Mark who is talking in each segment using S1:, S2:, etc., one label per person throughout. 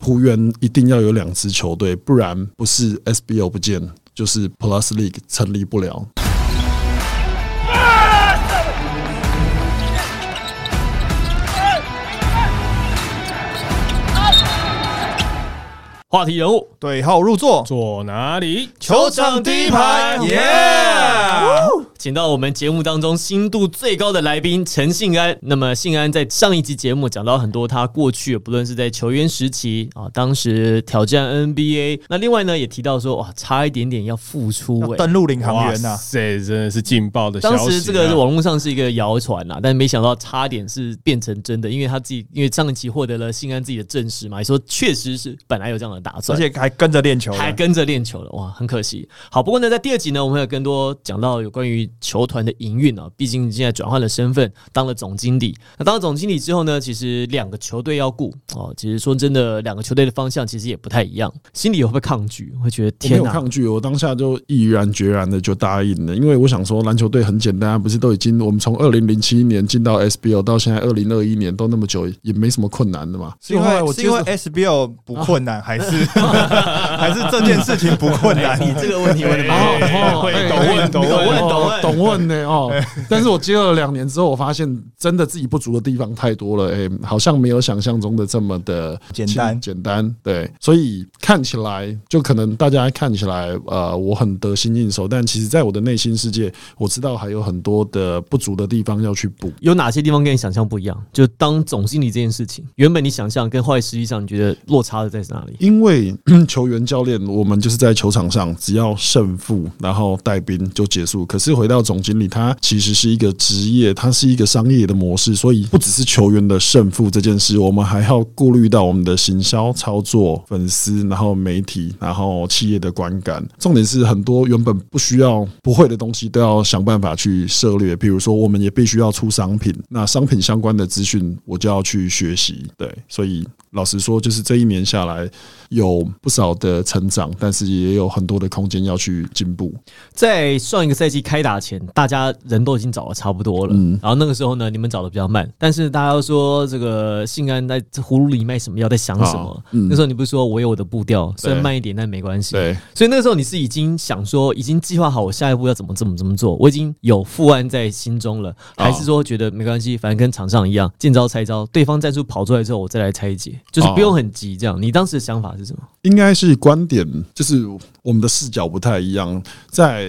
S1: 湖员一定要有两支球队，不然不是 SBL 不见，就是 Plus League 成立不了。
S2: 话题人物
S3: 对号入座，
S2: 坐哪里？
S3: 球场第一排耶
S2: 请到我们节目当中心度最高的来宾陈信安。那么信安在上一集节目讲到很多他过去，不论是在球员时期啊，当时挑战 NBA，那另外呢也提到说哇，差一点点要复出
S3: 要
S2: 哎、
S3: 登陆领航
S4: 哇
S3: 员啊呐，
S4: 塞，真的是劲爆的消息
S2: 当
S4: 啊！
S2: 时这个网络上是一个谣传啊啦，但没想到差点是变成真的，因为他自己因为上一期获得了信安自己的证实嘛，也说确实是本来有这样的打
S3: 而
S2: 算，
S3: 且还跟着练球了，
S2: 还跟着练球了，哇，很可惜。好，不过呢，在第二集呢，我们有更多讲到有关于球团的营运啊，毕竟你现在转换了身份，当了总经理。那当了总经理之后呢，其实两个球队要顾哦，其实说真的，两个球队的方向其实也不太一样，心里也会不会抗拒？会觉得
S1: 我没
S2: 天
S1: 有
S2: 哪、
S1: 抗拒，我当下就毅然决然的就答应了，因为我想说篮球队很简单，不是都已经我们从二零零七年进到 SBL 到现在二零二一年都那么久，也没什么困难的嘛。
S3: 是因
S1: 所以后来
S3: 为
S1: 我
S3: 是因为
S1: 接着
S3: SBL 不困难，还是 还是这件事情不 困难？
S2: 你这个问题问的蛮好的
S4: 哎会
S1: 哎
S4: 懂问懂
S2: 懂问
S4: 问，
S2: 懂问
S1: 懂问呢哦， 但是我接了两年之后，我发现真的自己不足的地方太多了，哎，好像没有想象中的这么的
S3: 简单
S1: 简单。对，所以看起来就可能大家看起来呃我很得心应手，但其实在我的内心世界，我知道还有很多的不足的地方要去补。
S2: 有哪些地方跟你想象不一样？就当总经理这件事情，原本你想象跟后来实际上你觉得落差的在哪里？
S1: 因为 球员教练，我们就是在球场上只要胜负，然后带兵就结束。可是回到总经理，他其实是一个职业，他是一个商业的模式，所以不只是球员的胜负这件事，我们还要顾虑到我们的行销操作、粉丝，然后媒体，然后企业的观感。重点是很多原本不需要、不会的东西都要想办法去涉略。比如说，我们也必须要出商品，那商品相关的资讯我就要去学习。对，所以老实说，就是这一年下来有不少的成长，但是也有很多的空间要去进步。
S2: 在上一个赛季开打前，大家人都已经找的差不多了。
S1: 嗯
S2: 然后那个时候呢，你们找的比较慢，但是大家都说这个信安在葫芦里卖什么药，在想什么
S1: 啊。嗯
S2: 那时候你不是说我有我的步调，虽然
S1: 对
S2: 慢一点，但没关系。
S1: 对，
S2: 所以那时候你是已经想说，已经计划好我下一步要怎么怎么怎么做，我已经有负案在心中了，
S1: 啊
S2: 还是说觉得没关系，反正跟场上一样，见招拆招，对方战术跑出来之后，我再来拆解，
S1: 啊
S2: 就是不用很急这样。你当时的想法是什么？
S1: 应该是观点，就是我们的视角不太一样，在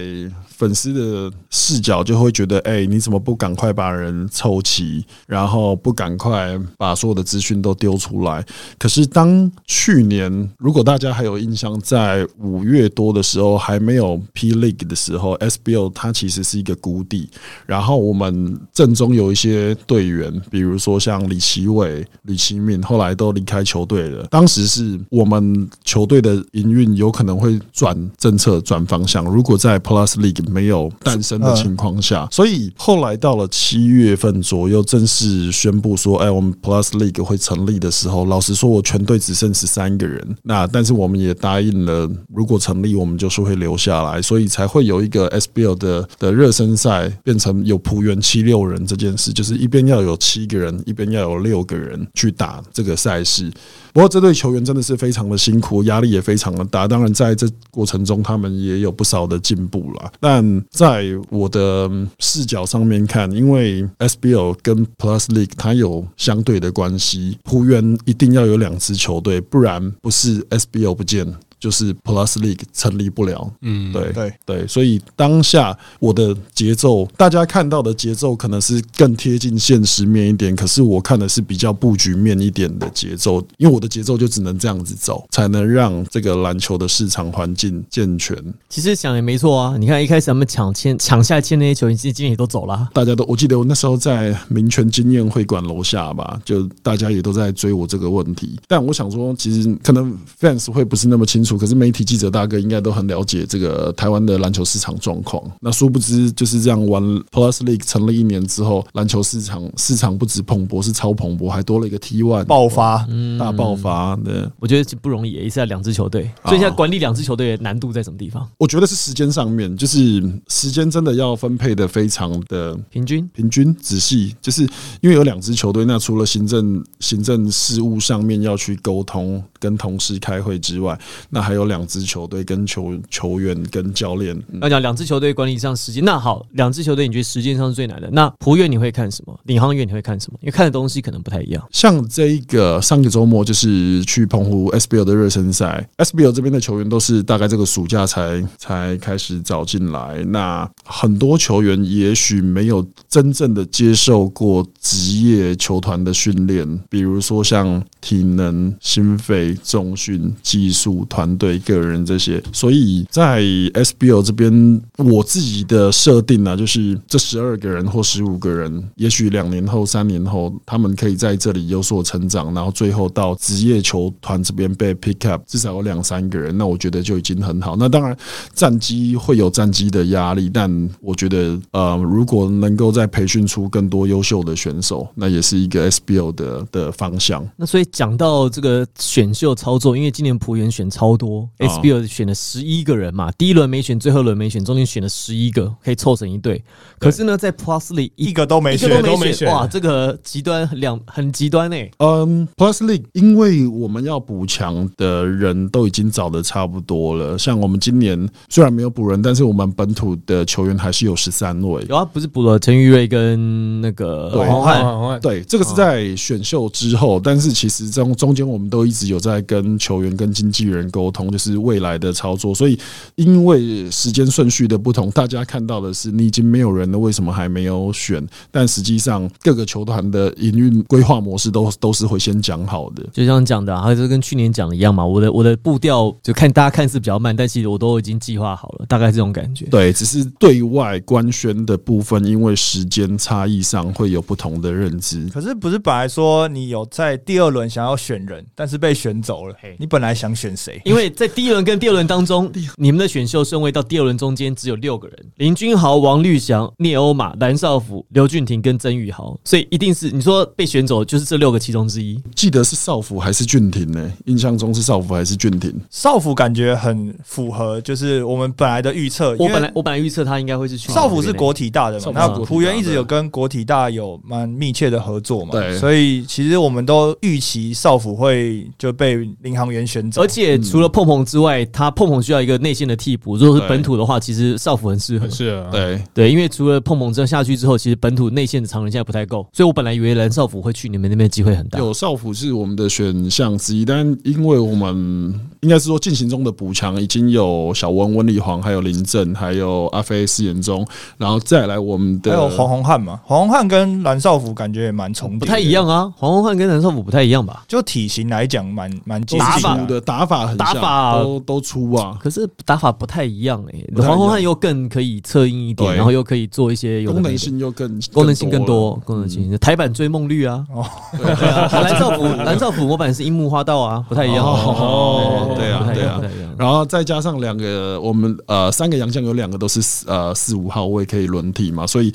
S1: 粉丝的视角就会觉得，哎、你怎么不赶快把人凑齐，然后不赶快把所有的资讯都丢出来？可是当去年，如果大家还有印象，在五月多的时候，还没有 P League 的时候，SBL 它其实是一个谷底，然后我们阵中有一些队员，比如说像李奇伟、李奇敏，后来都离开球队了。当时是我们球队的营运有可能会转政策、转方向。如果在 Plus League 没有诞生的情况下，所以后来到了七月份左右，正式宣布说，哎，我们 Plus League 会成立的时候，老实说，我全队只剩十三个人。那但是我们也答应了，如果成立，我们就是会留下来，所以才会有一个 SBL 的的热身赛变成有浦原七六人这件事，就是一边要有七个人，一边要有六个人去打这个赛事。不过这对球员真的是非常的辛苦，压力也非常的大。当然，在这过程中，他们也有不少的进步啦。但在我的嗯视角上面看，因为 SBL 跟 Plus League 它有相对的关系，湖员一定要有两支球队，不然不是 SBL 不见，就是 Plus League 成立不了。
S4: 嗯，
S1: 对
S3: 对
S1: 对，所以当下我的节奏，大家看到的节奏可能是更贴近现实面一点，可是我看的是比较布局面一点的节奏，因为我的节奏就只能这样子走，才能让这个篮球的市场环境健全。
S2: 其实想也没错啊，你看一开始咱们抢签抢下签那些球员，今今天也都走了啊、
S1: 大家都，我记得我那时候在民权经验会馆楼下吧，就大家也都在追我这个问题。但我想说，其实可能 fans 会不是那么清楚，可是媒体记者大哥应该都很了解这个台湾的篮球市场状况。那殊不知就是这样玩 Plus League 成立一年之后，篮球市场市场不止蓬勃，是超蓬勃，还多了一个 T One 嗯
S3: 爆发，
S1: 大爆发的。
S2: 我觉得不容易，一次要两支球队，所以现在管理两支球队的难度在什么地方？
S1: 我觉得是时间上面，就是时间真的要分配的非常的
S2: 平均
S1: 平均仔细，就是因为有两支球队，那除了行政行政事务上面要去沟通、跟同事开会之外，那还有两支球队跟球球员跟教练，嗯
S2: 要讲啊两支球队管理上时间，那好，两支球队你觉得时间上是最难的？那普院你会看什么？领航员你会看什么？因为看的东西可能不太一样。
S1: 像这一个上个周末就是去澎湖 SBL 的热身赛，SBL 这边的球员都是大概这个暑假才才开始找进来。那很多球员也许没有真正的接受过职业球团的训练，比如说像体能、心肺、重训、技术、团队、个人这些。所以在 SBL 这边，我自己的设定呢、啊，就是这十二个人或十五个人，也许两年后、三年后，他们可以在这里有所成长，然后最后到职业球团这边被 pick up，至少有两三个人，那我觉得就已经很好。那当然，战绩会有战绩的压力，但我觉得，呃，如果能够再培训出更多优秀的选手，那也是一个 SBL 的的方向。
S2: 那所以讲到这个选秀操作，因为今年浦原选超多
S1: 哦
S2: ，SBL 选了十一个人嘛，第一轮没选，最后一轮没选，中间选了十一个，可以凑成一队。可是呢，在 Plus 里
S3: 一
S2: 一
S3: 个哎都没
S2: 一
S3: 选，
S2: 个都没
S4: 没选
S2: 选，哇，这个极端很两很极端哎、
S1: 嗯，Plus League，因为我们要补强的人都已经找的差不多了。像我们今年虽然没有补人，但是我们本土的球员还是有十三位。
S2: 有啊，不是补了陈玉瑞跟那个
S1: 对
S2: 黄
S4: 哦换
S2: 汉，
S3: 哦
S4: 换换，
S1: 对，这个是在选秀之后，但是其实中中间我们都一直有在跟球员、跟经纪人沟通，就是未来的操作。所以因为时间顺序的不同，大家看到的是你已经没有人了，为什么还没有选？但实际上各个球团的营运规划模式都都是会先讲好的。
S2: 就像讲的、啊，还是跟去年讲的一样嘛。我的我的步调就看大家看似比较慢，但其实我都已经计划好了，大概这种感觉。
S1: 对，只是对外官宣的部分，因为时间差异上会有不同的认知。
S3: 可是不是本来说你有在第二轮想要选人，但是被选走了
S2: 嘿，
S3: 你本来想选谁？
S2: 因为在第一轮跟第二轮当中，你们的选秀顺位到第二轮中间只有六个人：林君豪、王绿祥、聂欧马、蓝少辅、刘俊廷跟曾宇豪，所以一定是你说被选走就是这六个其中之一。
S1: 记得是少辅还是俊廷呢、印象中是少辅还是俊廷？
S3: 少辅感觉很符合，就是我们本来的预测。
S2: 我
S3: 因为
S2: 本来我本来预测他应该会是去
S3: 少辅是国体大的
S1: 少辅
S3: 嘛，那
S1: 是国体大
S3: 浦原一直
S1: 对
S3: 有跟国体大有蛮密切的合作嘛，
S1: 对
S3: 所以其实我们都预期少辅会就被领航员选走
S2: 而。
S1: 嗯
S2: 且除了碰碰之外，他碰碰需要一个内线的替补。如果是
S1: 对
S2: 本土的话，其实少辅很适合
S4: 很。适合啊。
S1: 对，
S2: 对，因为除了碰碰这下去之后，其实本土内线的常人现在不太够，所以我本来以为蓝少辅会去你们那边的机会很大。
S1: 有少辅是我们的选项之一，但因为我们应该是说进行中的补强已经有小温、温丽煌，还有林振，还有阿飞、施延中，然后再来我们
S3: 还
S1: 的
S3: 有黄宏汉嘛，黄宏汉跟蓝少辅感觉也蛮重叠，
S2: 不太一。样啊，黄宏汉跟蓝少辅不太一样吧？
S3: 就体型来讲，蛮蛮接
S1: 都
S3: 近
S1: 是
S2: 打
S1: 出
S3: 的。
S1: 的打法很
S2: 打
S1: 像，
S2: 法
S1: 都都出啊，
S2: 可是打法不太一样哎、
S1: 不太一样
S2: 黄宏汉又更可以策应一点，
S1: 对
S2: 然后又可以做一些有的
S1: 功
S2: 没的
S1: 能性又更
S2: 功能性更
S1: 了嗯
S2: 多，功能性台版追梦绿啊，
S3: 哦
S2: 对啊，蓝少辅蓝少辅模板是樱木花道啊，不太一样
S1: 哦对啊
S2: 不太一
S1: 对
S2: 样，
S1: 啊
S2: 不太一样。
S1: 然后再加上两个，我们呃三个洋将有两个都是四呃四五号位可以轮替嘛，所以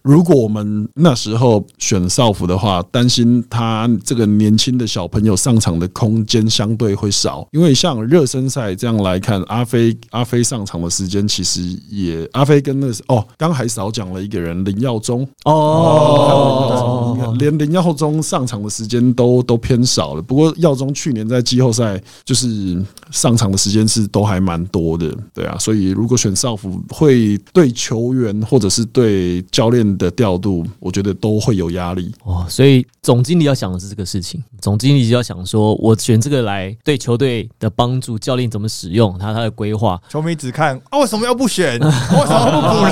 S1: 如果我们那时候选少辅的话，担心他这个年轻的小朋友上场的空间相对会少，因为像热身赛这样来看，阿飞阿飞上场的时间其实也阿飞跟那个哦，刚还少讲了一个人林耀宗，
S2: 哦，
S1: 连林耀宗上场的时间都都偏少了。不过耀宗去年在季后赛就是上场的时间是都还蛮多的，对啊。所以如果选少辅，会对球员或者是对教练的调度，我觉得都会有压力。
S2: 哦，所以总经理要想的是这个事情，总经理就要想说，我选这个来对球队的帮助，教练怎么使用，他他的规划，
S3: 球迷只看啊，为什么要不选？为什么不补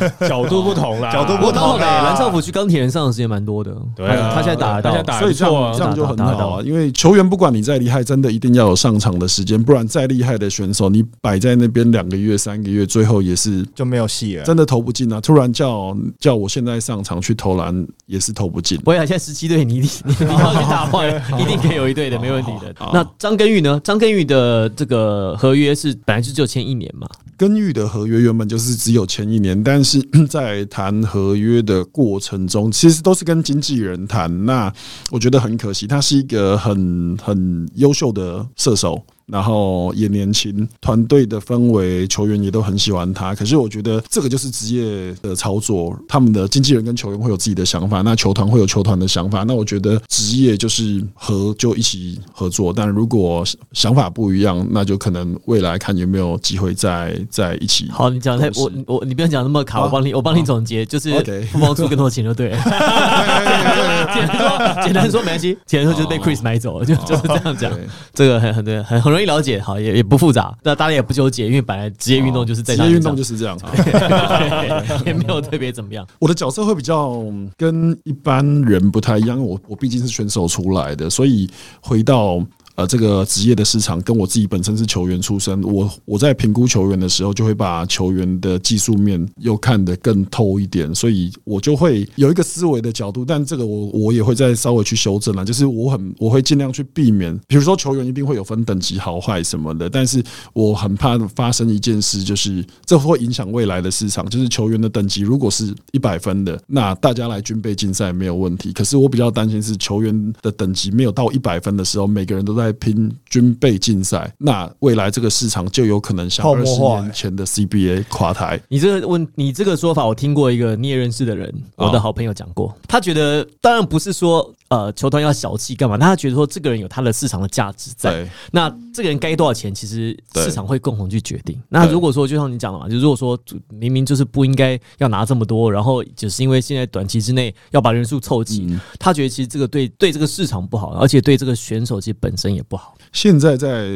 S3: 人？
S4: 角度不同啦，
S3: 角度不
S2: 我
S3: 同
S2: 到嘞，
S3: 啊
S2: 哎蓝少辅去钢铁人上的时间蛮多的，
S4: 对啊
S2: 他他现在打得
S4: 他
S2: 到
S4: 现在，打得
S1: 所以这
S4: 不错啊
S1: 样这样就很
S2: 打得
S1: 好
S2: 到
S1: 啊，因为球员不管你再厉害，真的一定要有上场的时间，不然再厉害的选手，你摆在那边两个月、三个月，最后也是
S3: 就没有戏了。
S1: 真的投不进啊！突然叫叫我现在上场去投篮也是投不进。
S2: 我想现在十七队，你一定 你你要去打坏，一定可以有一队的，没问题的
S1: 好。
S2: 那张根玉呢？张根玉的这个合约是本来就只有签一年嘛，
S1: 跟玉的合约原本就是只有前一年，但是 在谈合约的过程中，其实都是跟经纪人谈。那我觉得很可惜，他是一个很很优秀的射手。然后也年轻，团队的氛围，球员也都很喜欢他。可是我觉得这个就是职业的操作，他们的经纪人跟球员会有自己的想法，那球团会有球团的想法。那我觉得职业就是合就一起合作，但如果想法不一样，那就可能未来看有没有机会再再一起。
S2: 好，你讲太我
S1: 都是
S2: 我你不要讲那么卡，
S1: 好
S2: 我帮你我帮你总结，就是
S1: OK
S2: 不帮出更多钱就对 了。 简单 说，简单说没关系，简单说就是被 Chris 买走了，就就是这样讲。
S1: 哦对
S2: 这个很很对，很很容易了解，好也也不复杂，那大家也不纠结，因为本来职业运动就是在
S1: 职
S2: 他
S1: 业
S2: 身
S1: 运动
S2: 上
S1: 就是这样。
S2: 对 也没有特别怎么样。
S1: 我的角色会比较嗯跟一般人不太一样，因为我我毕竟是选手出来的，所以回到呃这个职业的市场，跟我自己本身是球员出身，我我在评估球员的时候，就会把球员的技术面又看得更透一点，所以我就会有一个思维的角度，但这个我我也会再稍微去修正啦，就是我很我会尽量去避免，比如说球员一定会有分等级好坏什么的，但是我很怕发生一件事，就是这会影响未来的市场，就是球员的等级如果是一百分的，那大家来军备竞赛没有问题。可是我比较担心是球员的等级没有到一百分的时候，每个人都在拼军备竞赛，那未来这个市场就有可能像
S3: 泡
S1: 二
S3: 沫
S1: 十
S3: 化
S1: 年前的 CBA 垮台。
S2: 你这个问，你这个说法，我听过一个你也认识的人，
S1: 哦
S2: 我的好朋友讲过，他觉得当然不是说呃球团要小气干嘛，但他觉得说这个人有他的市场的价值在，
S1: 对，
S2: 那这个人该多少钱，其实
S1: 对
S2: 市场会共同去决定。那如果说就像你讲的嘛，就如果说明明就是不应该要拿这么多，然后只是因为现在短期之内要把人数凑齐，
S1: 嗯
S2: 他觉得其实这个对对这个市场不好，而且对这个选手其实本身也不好。
S1: 现在在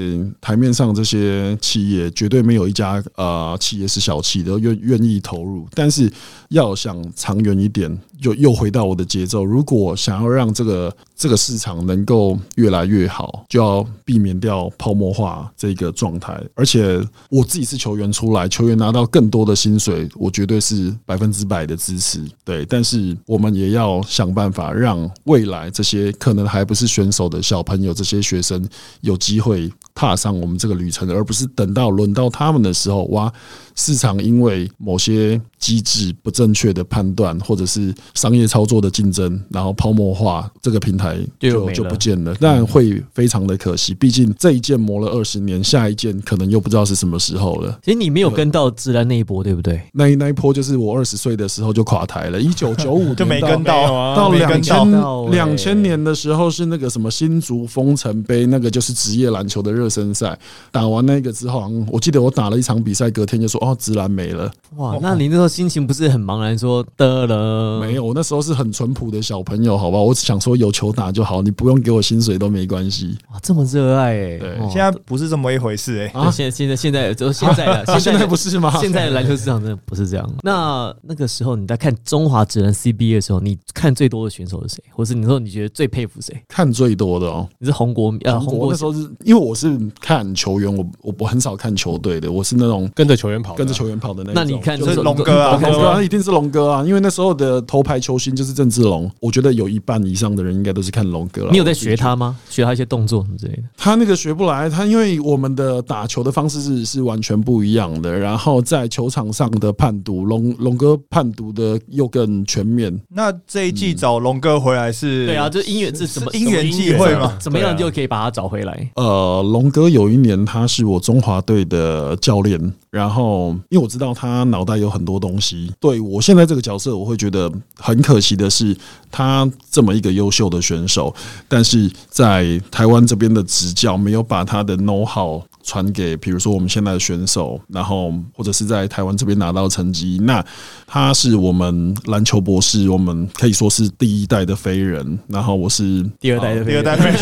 S1: 台面上这些企业绝对没有一家呃企业是小气的，愿愿意投入。但是要想长远一点，就又回到我的节奏。如果想要让这个这个市场能够越来越好，就要避免掉泡沫化这个状态。而且我自己是球员出来，球员拿到更多的薪水，我绝对是百分之百的支持。对，但是我们也要想办法让未来这些可能还不是选手的小朋友，这些学生有机会踏上我们这个旅程，而不是等到轮到他们的时候，哇，市场因为某些机制不正确的判断，或者是商业操作的竞争，然后泡沫化，这个平台
S2: 就
S1: 就
S2: 没
S1: 就
S2: 了
S1: 不见了，但会非常的可惜。毕竟这一件磨了二十年，下一件可能又不知道是什么时候了。
S2: 其实你没有跟到自然那一波，对不对？
S1: 那一那一波就是我二十岁的时候就垮台了，一九九五
S3: 就没跟
S4: 没有
S3: 到，
S4: 啊
S1: 到
S3: 没
S1: 两
S3: 跟
S1: 千
S3: 到
S1: 两千年的时候是那个什么新竹风城杯，那个就是职业篮球的热身赛。打完那个之后，好像我记得我打了一场比赛，隔天就说哦，直男没了。
S2: 哇，那你那时候心情不是很茫然说的了？
S1: 没有，我那时候是很淳朴的小朋友，好吧，我只想说有球打就好，你不用给我薪水都没关系。
S2: 哇，这么热爱哎、
S1: 对啊
S2: 哦
S3: 现在不是这么一回事哎、
S2: 对现在现在现在就现 在的
S1: 现
S2: 的
S1: 在不是吗？
S2: 现在的篮球市场真的不是这样。那那个时候你在看中华职篮 CBA 的时候，你看最多的选手是谁，或是你说你觉得最佩服谁？
S1: 看最多的哦，
S2: 你是红国呃
S1: 韩国
S2: 红国
S1: 那时候是因为我是看球员，我我我很少看球队的，我是那种
S4: 跟着球员跑的啊，
S1: 跟着球员跑的那种。
S2: 那你看
S1: 就是
S2: 那时候
S3: 龙哥啊
S2: 你
S1: 龙
S2: 看
S1: 哥啊，一定是龙哥啊，因为那时候的头牌球星就是郑志龙，我觉得有一半以上的人应该都是看龙哥啦。
S2: 你有在学他吗？学他一些动作什么之类的？
S1: 他那个学不来，他因为我们的打球的方式是是完全不一样的，然后在球场上的判读，龙龙哥判读的又更全面。
S3: 那这一季找龙哥回来是？
S2: 对啊，这因缘这怎么
S3: 是因缘际会嘛
S2: 怎么样
S4: 对啊
S2: 就可以把他找回来？
S1: 呃，龙哥有一年他是我中华队的教练，然后因为我知道他脑袋有很多东西，对我现在这个角色，我会觉得很可惜的是，他这么一个优秀的选手，但是在台湾这边的执教没有把他的 know how 传给，比如说我们现在的选手，然后或者是在台湾这边拿到成绩。那他是我们篮球博士，我们可以说是第一代的飞人，然后我是
S2: 第二代的
S3: 第二代
S2: 飞人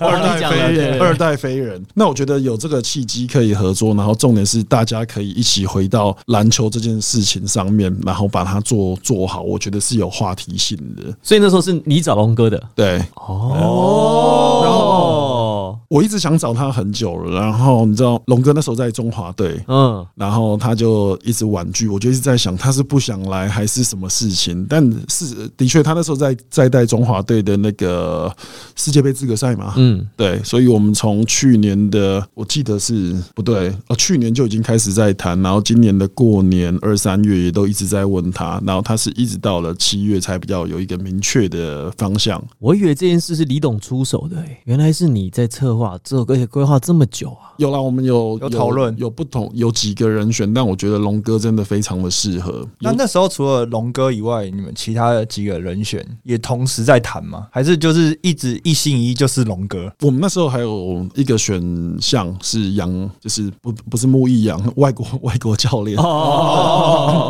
S2: 我
S1: 二
S2: 帮
S1: 代
S2: 你讲
S1: 飞
S2: 了对对
S1: 人，
S2: 对
S1: 二代飞人。那我觉得有这个契机可以合作，然后重点是大家可以一起回到篮球这件事情上面，然后把它做做好，我觉得是有话题性的。
S2: 所以那时候是你找龙哥的
S1: 对，
S2: 哦。
S1: 我一直想找他很久了。然后你知道，龙哥那时候在中华队，
S2: 嗯，
S1: 然后他就一直婉拒，我就一直在想他是不想来还是什么事情。但是的确，他那时候在在带中华队的那个世界杯资格赛嘛，
S2: 嗯，
S1: 对，所以我们从去年的我记得是不对哦，去年就已经开始在谈，然后今年的过年二三月也都一直在问他，然后他是一直到了七月才比较有一个明确的方向。
S2: 我以为这件事是李董出手的、欸，原来是你在策划这个，而且规划这么久啊。
S1: 有啦，我们有
S3: 有讨论
S1: 有不同有几个人选，但我觉得龙哥真的非常的适合。
S3: 那那时候除了龙哥以外，你们其他的几个人选也同时在谈吗？还是就是一直一心一意就是龙哥？
S1: 我们那时候还有一个选项是杨，就是不不是木易杨，外国外国教练。
S4: 哦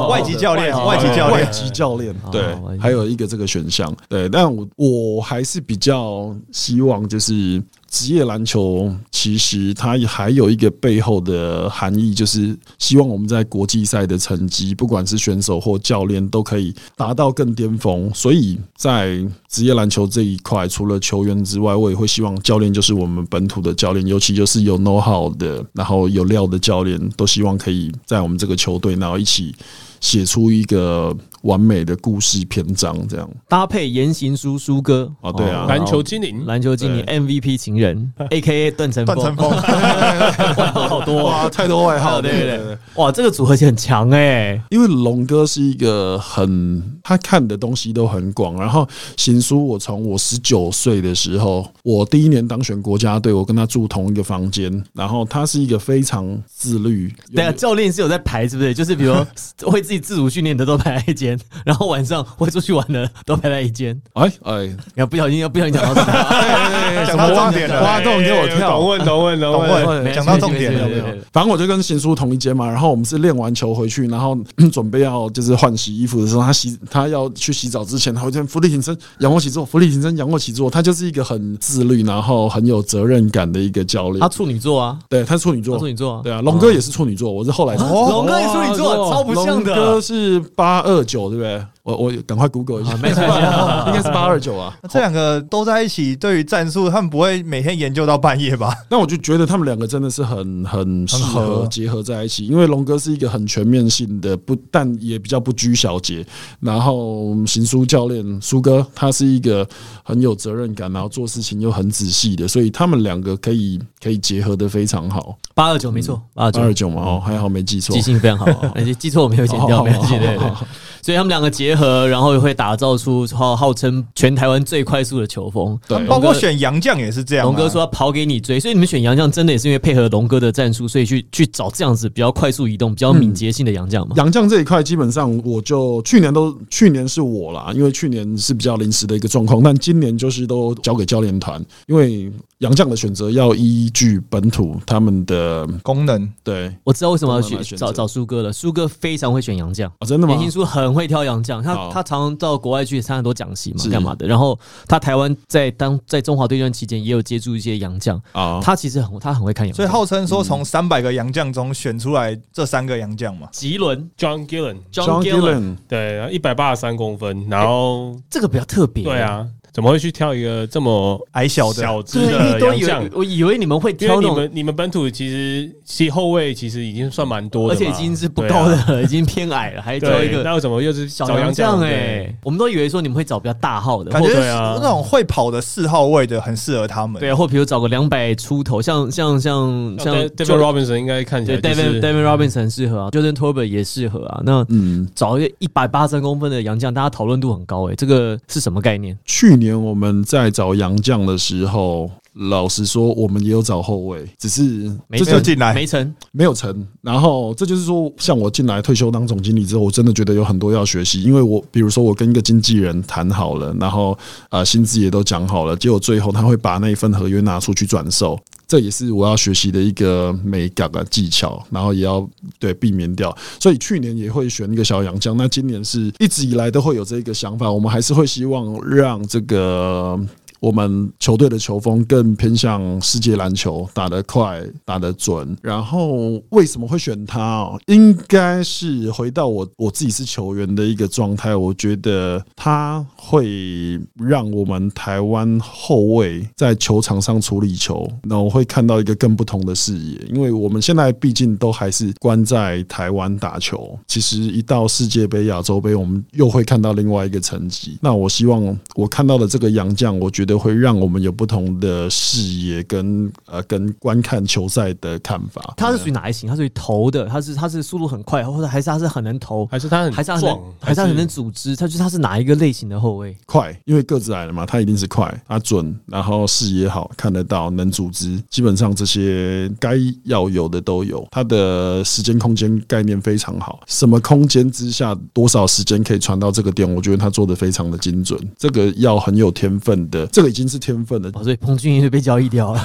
S2: 哦
S3: 外籍教练，外
S4: 外籍
S3: 籍
S4: 教
S3: 教
S1: 外
S3: 练，哦
S1: 籍教练，对
S2: 外籍，
S1: 还有一个这个选项，对，但我我还是比较希望就是。职业篮球其实它也还有一个背后的含义，就是希望我们在国际赛的成绩，不管是选手或教练，都可以达到更巅峰。所以在职业篮球这一块，除了球员之外，我也会希望教练就是我们本土的教练，尤其就是有 know how 的，然后有料的教练，都希望可以在我们这个球队，然后一起写出一个完美的故事篇章，这样
S2: 搭配言行书书哥
S1: 哦对啊
S4: 篮球精灵，
S2: 篮球经理 MVP 情人，A.K.A. 段成
S3: 段成
S2: 峰，
S3: 峰，
S2: 哇 好多啊！
S1: 太多外号，
S2: 对对对，哇，这个组合其实很强哎。
S1: 因为龙哥是一个很他看的东西都很广，然后行书我从我十九岁的时候，我第一年当选国家队，我跟他住同一个房间，然后他是一个非常自律，有
S2: 对啊，教练是有在排，是不是？就是比如说会自己自主训练的都排在一间，然后晚上会出去玩的都排在一间。
S1: 哎哎，
S2: 然后不小心要不小心讲到什么，
S3: 讲到重点了，
S1: 挖洞给我跳
S4: 哎懂问懂问懂
S3: 懂
S4: 问，
S3: 问，讲到重点
S2: 哎没事没事没
S3: 了
S2: 事。
S1: 反正我就跟贤叔同一间嘛，然后我们是练完球回去，然后 准备要就是换洗衣服的时候，他洗他要去洗澡之前，他会先伏地挺身、仰卧起坐、伏地挺身、仰卧起坐，他就是一个很自律，然后很有责任感的一个教
S2: 他
S1: 练。
S2: 处女座啊，
S1: 对，他是处女座，
S2: 他处女座啊哦
S1: 对啊，龙哥也是处女座，我是后来才知道。
S2: 龙哥也处女座，超不像
S1: 龙
S2: 的。
S1: 哥是八二九，对不对？我我赶快 Google
S2: 啊
S1: 一下，没错， 应该是八二九啊。
S3: 那 这两个都在一起，对于战术，他们不会每天研究到半夜吧？
S1: 那我就觉得他们两个真的是很很适合
S2: 啊
S3: 合
S1: 结合在一起，因为龙哥是一个很全面性的，不但也比较不拘小节。然后行书教练苏哥，他是一个很有责任感，然后做事情又很仔细的，所以他们两个可以可以结合的非常好。
S2: 八二九没错，八二
S1: 嗯八
S2: 九
S1: 二九嘛，哦，还好没记错
S2: 啊记。性非 常好，而且记错我没有剪掉，
S1: 哦
S2: 没关系，对对
S1: 好
S2: 对
S1: 好好。
S2: 所以他们两个结合，然后会打造出号号称全台湾最快速的球风。
S1: 对，
S3: 包括选洋将也是这样啊。
S2: 龙哥说要跑给你追，所以你们选洋将真的也是因为配合龙哥的战术，所以去去找这样子比较快速移动、比较敏捷性的洋
S3: 嗯
S2: 将嘛。
S1: 杨将这一块，基本上我就去年都去年是我啦，因为去年是比较临时的一个状况，但今年就是都交给教练团，因为杨将的选择要依据本土他们的
S3: 功能，
S1: 对啊、
S2: 我知道为什么要去
S1: 慢慢选择
S2: 找找苏哥了，苏哥非常会选洋将。
S1: 啊真的吗
S2: 严？行书很会挑洋将，他
S1: 好
S2: 他常常到国外去参加很多讲习嘛，
S1: 哦是
S2: 干嘛的？然后他台湾在当在中华队这段期间也有接触一些洋将，
S1: 啊，
S2: 他其实很他很会看洋
S3: 所以
S2: 将。
S3: 号称说从三百个洋将中选出来这三个洋将嘛。
S2: 吉伦
S4: John Gillen，
S2: John Gillen
S4: 对，一百八十三公分，然后
S2: 这个比较特别，
S4: 对，啊，怎么会去挑一个这么
S3: 矮小的
S4: 小只
S2: 对，因为
S4: 的
S2: 都
S4: 洋
S2: 以
S4: 将
S2: 为？我以为你们会
S4: 因为
S2: 挑那
S4: 你
S2: 种，
S4: 们你们本土其实其实后卫其实已经算蛮多
S2: 而
S4: 的嘛，
S2: 且已经是不高的
S4: 对 啊，
S2: 了，已经偏矮了，还挑一
S4: 对
S2: 个
S4: 那为什么又是
S2: 小
S4: 找
S2: 洋将
S4: 将？
S2: 哎，我们都以为说你们会找比较大号的，
S3: 感
S2: 或
S3: 觉
S4: 对啊
S3: 那种会跑的四号位的很适合他们。
S2: 对啊，或比如找个两百出头，像像像
S4: 像
S2: 像
S4: 哦 David Robinson 应该看起
S2: 对
S4: 来就
S2: David
S4: 是
S2: David Robinson 很适合啊，Jordan Tober 也适合啊，那。
S1: 嗯，
S2: 找一个一百八三公分的洋将，大家讨论度很高诶、哎这个是什么概念？
S1: 去年我们在找杨将的时候，老实说，我们也有找后卫，只是
S2: 没
S3: 这
S2: 成
S3: 就进来
S2: 没成，
S1: 没有成。然后这就是说，像我进来退休当总经理之后，我真的觉得有很多要学习，因为我比如说我跟一个经纪人谈好了，然后呃薪资也都讲好了，结果最后他会把那一份合约拿出去转售。这也是我要学习的一个美感啊技巧，然后也要对避免掉。所以去年也会选一个小洋将，那今年是一直以来都会有这个想法，我们还是会希望让这个我们球队的球风更偏向世界篮球，打得快，打得准。然后为什么会选他哦？应该是回到我我自己是球员的一个状态，我觉得他会让我们台湾后卫在球场上处理球，那我会看到一个更不同的视野，因为我们现在毕竟都还是关在台湾打球，其实一到世界杯、亚洲杯，我们又会看到另外一个层级。那我希望我看到的这个洋将，我觉得会让我们有不同的视野跟呃跟观看球赛的看法。
S2: 他是属于哪一型？他属于投的，他是他是速度很快，或者还是他是很能投，
S4: 还是他很
S2: 还是他很
S4: 壮
S2: 能，还是他很能组织？他就是他是哪一个类型的后卫？
S1: 快，因为个子矮了嘛，他一定是快，他准，然后视野好，看得到，能组织，基本上这些该要有的都有。他的时间空间概念非常好，什么空间之下多少时间可以传到这个点，我觉得他做的非常的精准。这个要很有天分的，这个已经是天分了。
S2: 哦，所以彭俊彦就被交易掉了，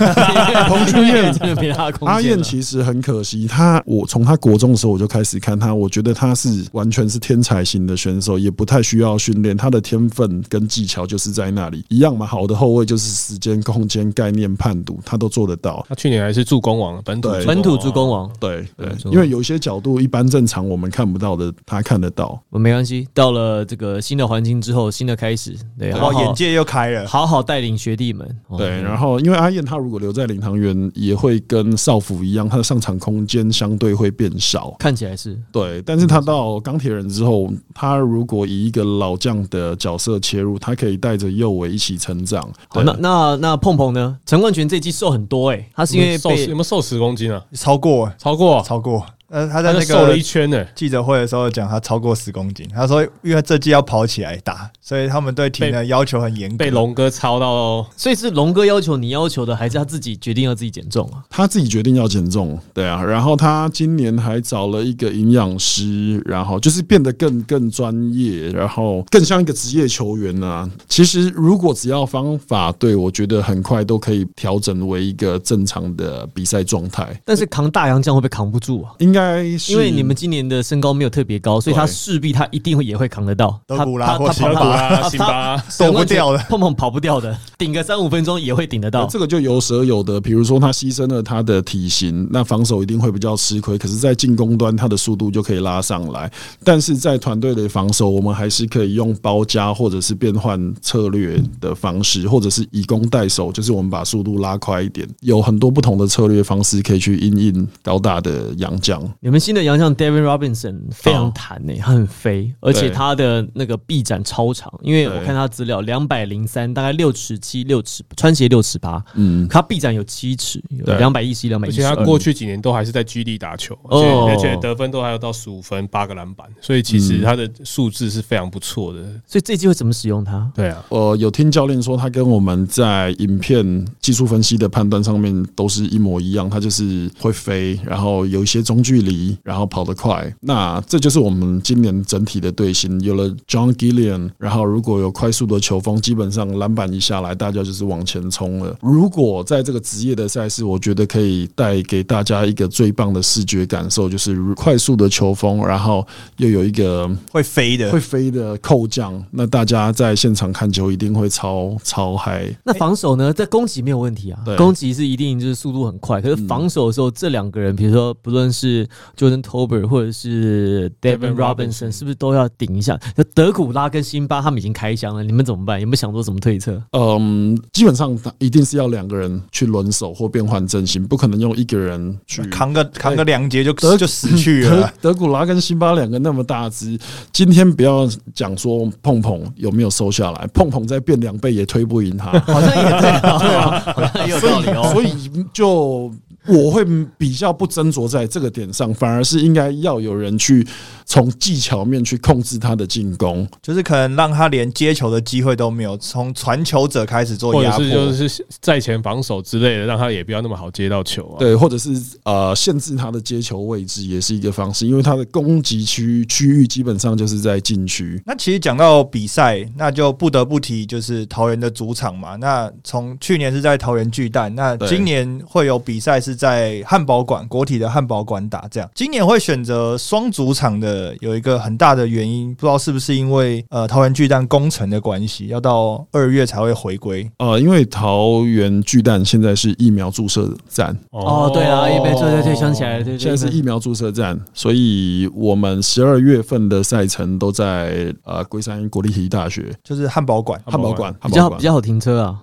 S2: 彭俊彦 真的没他的空间了。
S1: 阿燕其实很可惜，他我从他国中的时候我就开始看他，我觉得他是完全是天才型的选手，也不太需要训练，他的天分跟技巧就是在那里一样嘛。好的后卫就是时间、空间概念、判读，他都做得到。
S4: 他去年还是助攻王，本土
S1: 对
S2: 本土助
S4: 助
S2: 攻
S4: 王啊。
S2: 王，
S1: 对对
S2: 没，错
S1: 因为有一些角度，一般正常我们看不到的，他看得到。
S2: 我没关系。到了这个新的环境之后，新的开始，对，
S3: 然
S2: 好
S3: 后
S2: 好
S3: 眼界又开了。
S2: 好好带领学弟们。哦
S1: 对，然后因为阿燕她如果留在领航员，也会跟少辅一样，她的上场空间相对会变少。
S2: 看起来是
S1: 对，但是他到钢铁人之后，他如果以一个老将的角色切入，他可以带着右伟一起成长。
S2: 好。
S1: 对
S2: 那那那碰碰呢？陈冠群这一季瘦很多哎、欸他是因为
S4: 有没有瘦有
S2: 被
S4: 没有瘦十公斤啊？
S3: 超过
S4: 超过，
S3: 超过，呃，他在
S4: 他就
S3: 那
S4: 瘦了
S3: 个
S4: 一圈呢，
S3: 记者会的时候讲他超过十公斤，他说因为这季要跑起来打，所以他们对体能要求很严格
S4: 被。龙哥超到
S2: 所以是龙哥要求你要求的，还是他自己决定要自己减重啊？
S1: 他自己决定要减重，对啊。然后他今年还找了一个营养师，然后就是变得更更专业，然后更像一个职业球员啊。其实如果只要方法对，我觉得很快都可以调整为一个正常的比赛状态。
S2: 但是扛大洋将会不会扛不住啊？
S1: 应该是
S2: 因为你们今年的身高没有特别高，所以他
S1: 对
S2: 势必他一定会也会扛得到。
S3: 德
S2: 他
S3: 古拉
S2: 他
S3: 或
S2: 他
S3: 辛
S2: 跑
S3: 巴
S2: 他
S4: 啊，
S2: 他
S4: 辛巴
S3: 躲不掉的
S2: 碰碰跑不掉的，顶个三五分钟也会顶得到。
S1: 这个就有舍有得。比如说，他牺牲了他的体型，那防守一定会比较吃亏。可是，在进攻端，他的速度就可以拉上来。但是在团队的防守，我们还是可以用包夹或者是变换策略的方式，或者是以攻代守，就是我们把速度拉快一点。有很多不同的策略方式可以去应应高大的洋将。
S2: 你们新的洋将 David Robinson 非常弹呢、他很飞，而且
S1: 对
S2: 他的那个臂展超长，因为
S1: 对
S2: 我看他资料两百零三，大概六尺七、六尺，穿鞋六尺八，
S1: 嗯，
S2: 他臂展有七尺，有
S1: 对
S2: 两百一十一、两百
S4: 而
S2: 一十
S4: 且
S2: 二
S4: 他。过去几年都还是在基地打球，而
S2: 哦
S4: 且而且得分都还有到十五分、八个篮板，所以其实
S1: 嗯
S4: 他的数字是非常不错的。
S2: 所以这一季会怎么使用他？
S4: 对啊，
S1: 我呃有听教练说，他跟我们在影片技术分析的判断上面都是一模一样，他就是会飞，然后有一些中距离，然后跑得快。那这就是我们今年整体的队形，有了 John Gillian，然后如果有快速的球风，基本上篮板一下来，大家就是往前冲了。如果在这个职业的赛事，我觉得可以带给大家一个最棒的视觉感受，就是快速的球风，然后又有一个
S3: 会飞 的
S1: 会，飞的扣将，那大家在现场看球一定会超超嗨。
S2: 那防守呢？在攻击没有问题啊
S1: 对，
S2: 攻击是一定就是速度很快。可是防守的时候，这两个人，比如说不论是 Jordan Tober 或者是 Devin
S4: Devin
S2: Robinson，
S4: Robinson
S2: 是不是都要顶一下？那德古拉跟辛巴他们已经开箱了，你们怎么办？有没有想做什么对策？
S1: 嗯，基本上一定是要两个人去轮手或变换阵型，不可能用一个人去
S3: 扛个扛个两节就
S1: 德
S3: 就死去
S1: 德
S2: 啊
S3: 了。
S1: 德古拉跟辛巴两个那么大只，今天不要讲说碰碰有没有收下来，碰碰再变两倍也推不赢他。
S2: 好像也对 啊，好像也有道理哦。
S1: 所以就我会比较不斟酌在这个点上，反而是应该要有人去从技巧面去控制他的进攻。
S3: 就是可能让他连接球的机会都没有，从传球者开始做
S4: 或者
S3: 压迫，
S4: 是就是在前防守之类的，让他也不要那么好接到球啊。
S1: 对，或者是呃限制他的接球位置也是一个方式，因为他的攻击区区域基本上就是在禁区。
S3: 那其实讲到比赛，那就不得不提就是桃园的主场嘛。那从去年是在桃园巨蛋，那
S1: 对
S3: 今年会有比赛是在汉堡馆国体的汉堡馆打。这样，今年会选择双主场的的有一个很大的原因，不知道是不是因为呃桃园巨蛋工程的关系，要到二月才会回归。
S1: 呃，因为桃园巨蛋现在是疫苗注射站，
S2: 哦，对啊，一杯，对对对，想起来了，对，对
S1: 现在是疫苗注射站，所以我们十二月份的赛程都在呃龟山国立体育大学
S3: 就是汉堡馆，
S1: 汉堡馆，
S2: 比
S1: 汉堡
S2: 较比
S1: 馆
S2: 较好停车啊，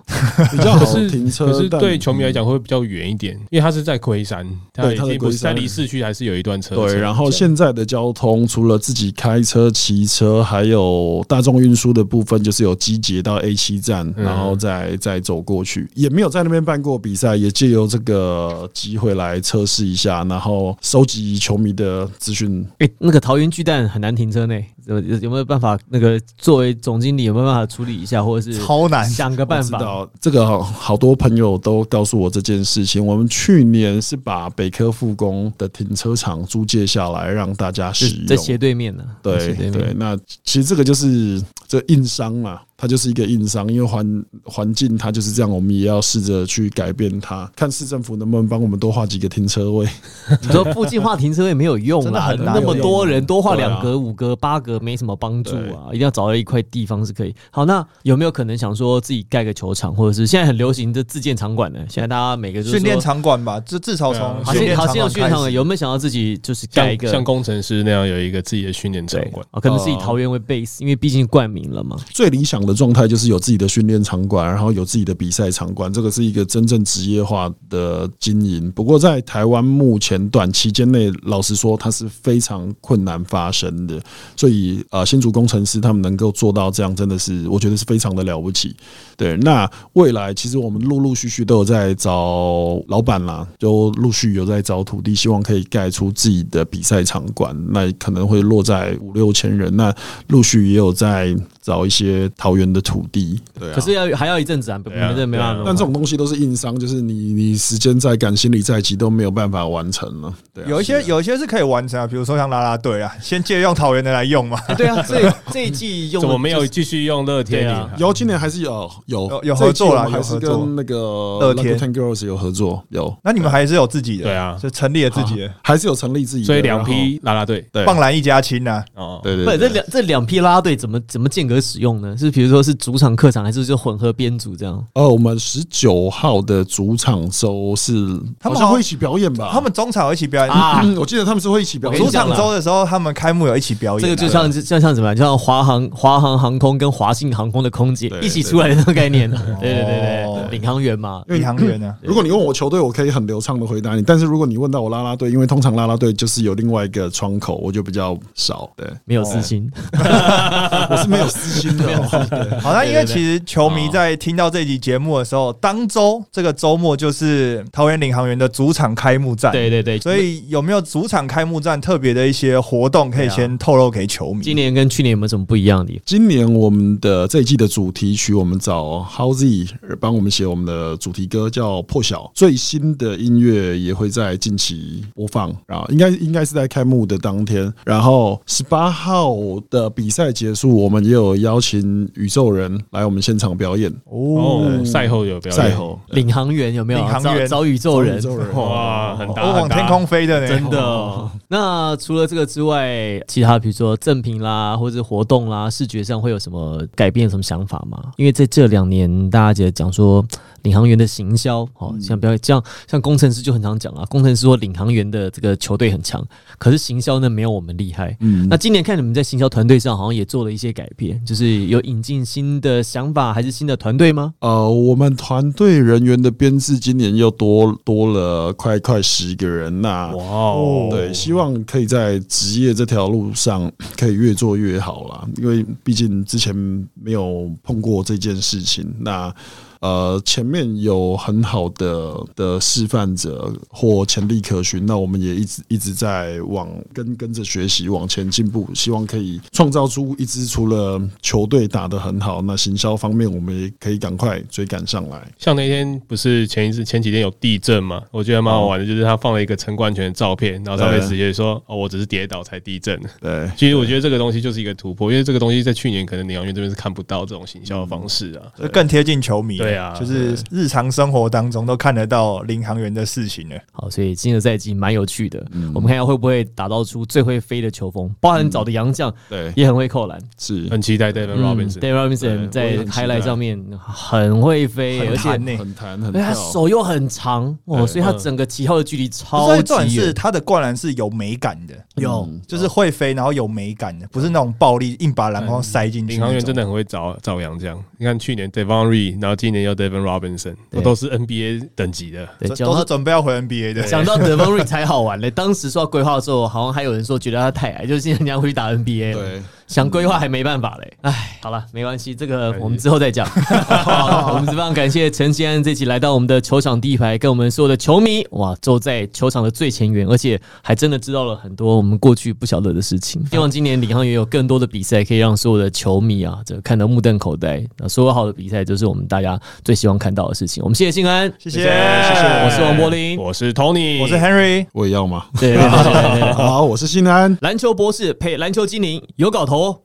S1: 比较好
S4: 可是
S1: 停车，
S4: 可是
S1: 但
S4: 对球迷来，讲会比较远一点，因为他是在龟山，他
S1: 对
S4: 已
S1: 它在
S4: 经不是
S1: 龟
S4: 在
S1: 山
S4: 离市区还是有一段车程。
S1: 对，然后现在的交通除了自己开车、骑车，还有大众运输的部分，就是有集结到 A 七站，
S4: 嗯
S1: 然后再再走过去，也没有在那边办过比赛，也借由这个机会来测试一下，然后收集球迷的资讯。
S2: 哎，那个桃园巨蛋很难停车呢，有有有没有办法？那个作为总经理有没有办法处理一下，或者是
S3: 超难。
S2: 想个办
S1: 我知
S2: 法？
S1: 道这个好好多朋友都告诉我这件事情。我们去年是把北科复工的停车场租借下来，让大家
S2: 就
S1: 使
S2: 是在
S1: 用。
S2: 斜对面呢，在斜
S1: 对
S2: 对
S1: 对，
S2: 面。
S1: 那其实这个就是这硬伤嘛，它就是一个硬伤，因为环环境它就是这样，我们也要试着去改变它，看市政府能不能帮我们多画几个停车位。
S2: 你说附近画停车位没有用
S3: 真的
S2: 啦，
S3: 很难
S2: 那么
S1: 有
S2: 多
S1: 用
S2: 人多画
S1: 对啊
S2: 两格、五格、八格没什么帮助啊，一定要找到一块地方是可以。好，那有没有可能想说自己盖个球场，或者是现在很流行的自建场馆呢？现在大家每个就是
S3: 训练
S2: 说
S3: 场馆吧，至至少从
S4: 对
S2: 好像
S3: 训练
S4: 啊
S2: 好像
S3: 场
S2: 有
S3: 馆
S2: 训练
S3: 开
S2: 场馆，
S3: 始。
S2: 有没有想要自己就是盖一
S4: 像
S2: 个
S4: 像工程师那样有一个自己的训练场馆，
S2: 哦，可能是以桃园为 base，因为毕竟冠名了嘛。
S1: 最理想的状态就是有自己的训练场馆，然后有自己的比赛场馆，这个是一个真正职业化的经营。不过在台湾目前短期间内，老实说它是非常困难发生的，所以呃，新竹工程师他们能够做到这样，真的是我觉得是非常的了不起。对，那未来其实我们陆陆续续都有在找老板啦，就陆续有在找土地，希望可以盖出自己的比赛场馆，那可能会落在五六千人。那陆续也有在找一些桃园的土地，对啊。
S2: 可是要还要一阵子啊，
S4: 对啊
S2: 真的没办
S4: 对
S2: 法
S4: 啊。
S1: 但这种东西都是硬伤，就是你你时间再赶，心理再急都没有办法完成了。对、啊，
S3: 有一些有一些是可以完成啊，比如说像啦啦队啊，先借用桃园的来用嘛。
S2: 哎 对啊，这这一季用
S4: 怎
S2: 的
S4: 么没
S2: 就
S4: 有
S2: 是
S4: 继续用乐天
S2: 对
S4: 领
S2: 啊
S4: 航？
S1: 有今年还是有有
S3: 有有合作啦
S1: 这一季我们还是
S3: 有合作
S1: 跟那个
S3: 乐天
S1: Rakuten Girls 有合作，有
S3: 那你们还是有自己的，
S4: 对啊
S3: 就成立了自己的
S1: 还是有成立自己的，
S4: 所以两
S1: 然后
S4: 批啦啦队
S1: 对
S3: 棒篮一家亲啊，
S4: 哦，
S1: 对对
S2: 不，
S1: 对
S2: 这两这两批啦啦队怎么怎么间隔使用呢？是比如说是主场、客场，还是就混合编组这样？
S1: 呃，我们十九号的主场周是
S3: 他
S1: 好
S3: 们好
S1: 像会一起表演吧？
S3: 他们中场有一起表演，
S2: 啊
S1: 嗯，我记得他们是会一起表演
S3: 主
S1: 的。
S3: 场周的时候他们开幕有一起表演
S2: 这
S3: 啊，
S2: 个就像像像什么，就像华航华航航空跟华信航空的空姐
S1: 对
S2: 一起出来的那种概念。 对对对
S3: 哦
S2: 对，领航员嘛，
S3: 宇航员啊，
S1: 如果你问我球队，我可以很流畅的回答你。但是如果你问到我啦啦队，因为通常啦啦队就是有另外一个窗口，我就比较少。对，
S2: 没有私心。
S1: 我是没有私心的哦。对
S3: 好，那因为其实球迷在听到这集节目的时候，当周这个周末就是桃园领航员的主场开幕战，
S2: 对对对，
S3: 所以有没有主场开幕战特别的一些活动可以先透露给球迷？
S2: 今年跟去年有没有什么不一样的地方？
S1: 今年我们的这一季的主题曲，我们找 Howzy 帮我们写我们的主题歌，叫《破晓》。最新的音乐也会在近期播放啊，应该应该是在开幕的当天。然后十八号的比赛结束，我们也有邀请宇宙人来我们现场表演。
S4: 哦，赛后有表演，
S1: 赛后
S2: 领航员有没有啊？
S3: 领航员
S2: 找找宇宙人
S1: 宇，宙人
S4: 哇，很大，
S3: 我哦往
S4: 很大
S3: 天空飞的呢，
S2: 真的 哦。那除了这个之外，其他比如说赠品啦，或者活动啦，视觉上会有什么改变、有什么想法吗？因为在这两年，大家觉得讲说领航员的行销，哦，像不要像像工程师就很常讲啊，工程师说领航员的这个球队很强，可是行销呢没有我们厉害。
S1: 嗯
S2: 那今年看你们在行销团队上好像也做了一些改变，就是有引进新的想法还是新的团队吗？
S1: 呃，我们团队人员的编制今年又多多了快快十个人，那
S4: 哇哦，
S1: 对，希望可以在职业这条路上 可以越做越好啦，因为毕竟之前没有碰过这件事情，那。呃，前面有很好的的示范者或潜力可循，那我们也一直一直在往跟跟着学习往前进步，希望可以创造出一支除了球队打得很好，那行销方面我们也可以赶快追赶上来。
S4: 像那天不是前一次前几天有地震嘛，我觉得蛮好玩的，就是他放了一个陈冠权的照片，然后上面
S1: 哦对
S4: 直接说哦，我只是跌倒才地震。
S1: 对，
S4: 其实我觉得这个东西就是一个突破，因为这个东西在去年可能领航员这边是看不到这种行销的方式啊。
S3: 就更贴近球迷啊。
S4: 对啊
S3: 就是日常生活当中都看得到领航员的事情了。
S2: 好，所以新的赛季蛮有趣的，我们看一下会不会打造出最会飞的球风，包含找的洋将
S1: 对，
S2: 也很会扣篮。
S1: 是
S4: 很期待
S2: 嗯
S4: David Robinson。
S2: d a v i Robinson
S1: 对
S2: 在
S1: 我也很期待
S2: highlight 上面很会飞，
S3: 很
S2: 而且
S3: 弹呢
S1: 很弹很
S2: 因为他
S1: 跳，
S2: 手又很长哦，
S1: 对嗯
S2: 所以他整个起号的距离
S3: 不
S2: 超
S3: 是重点
S2: 级
S3: 是
S2: 远。
S3: 他的灌篮是有美感的，
S2: 有
S1: 嗯
S3: 就是会飞，然后有美感的，不是那种暴力硬把篮筐塞进去。
S4: 领航员真的，很会找找洋将，你看去年 Devon r e e 然后今年又 Devon Robinson，
S2: 对
S4: 都是 NBA 等级的。
S2: 对，讲
S3: 都是
S2: 到
S3: 准备要回 NBA 的。
S2: 讲到德方瑞才好玩嘞，当时说要规划的时候，好像还有人说觉得他太矮，就是人家会去打 NBA 了。
S1: 对，
S2: 想规划还没办法嘞。唉，好了，没关系，这个
S4: 哎
S2: 我们之后再 讲。好我们非常感谢陈吉安这期来到我们的球场第一排，跟我们所有的球迷哇，坐在球场的最前沿，而且还真的知道了很多我们过去不晓得的事
S3: 嗯
S2: 情。希望今年领航员有更多的比赛，可以让所有的球迷啊，这个看得目瞪口呆。那所有好的比赛，就是我们大家最希望看到的事情。我们谢谢信安，
S3: 谢谢，谢
S2: 我是王柏林，
S4: 我是 Tony，
S3: 我是 Henry，
S1: 我也要吗？
S2: 对对对对对对
S1: 好，我是新安，
S2: 篮球博士配篮球精灵有搞头哦。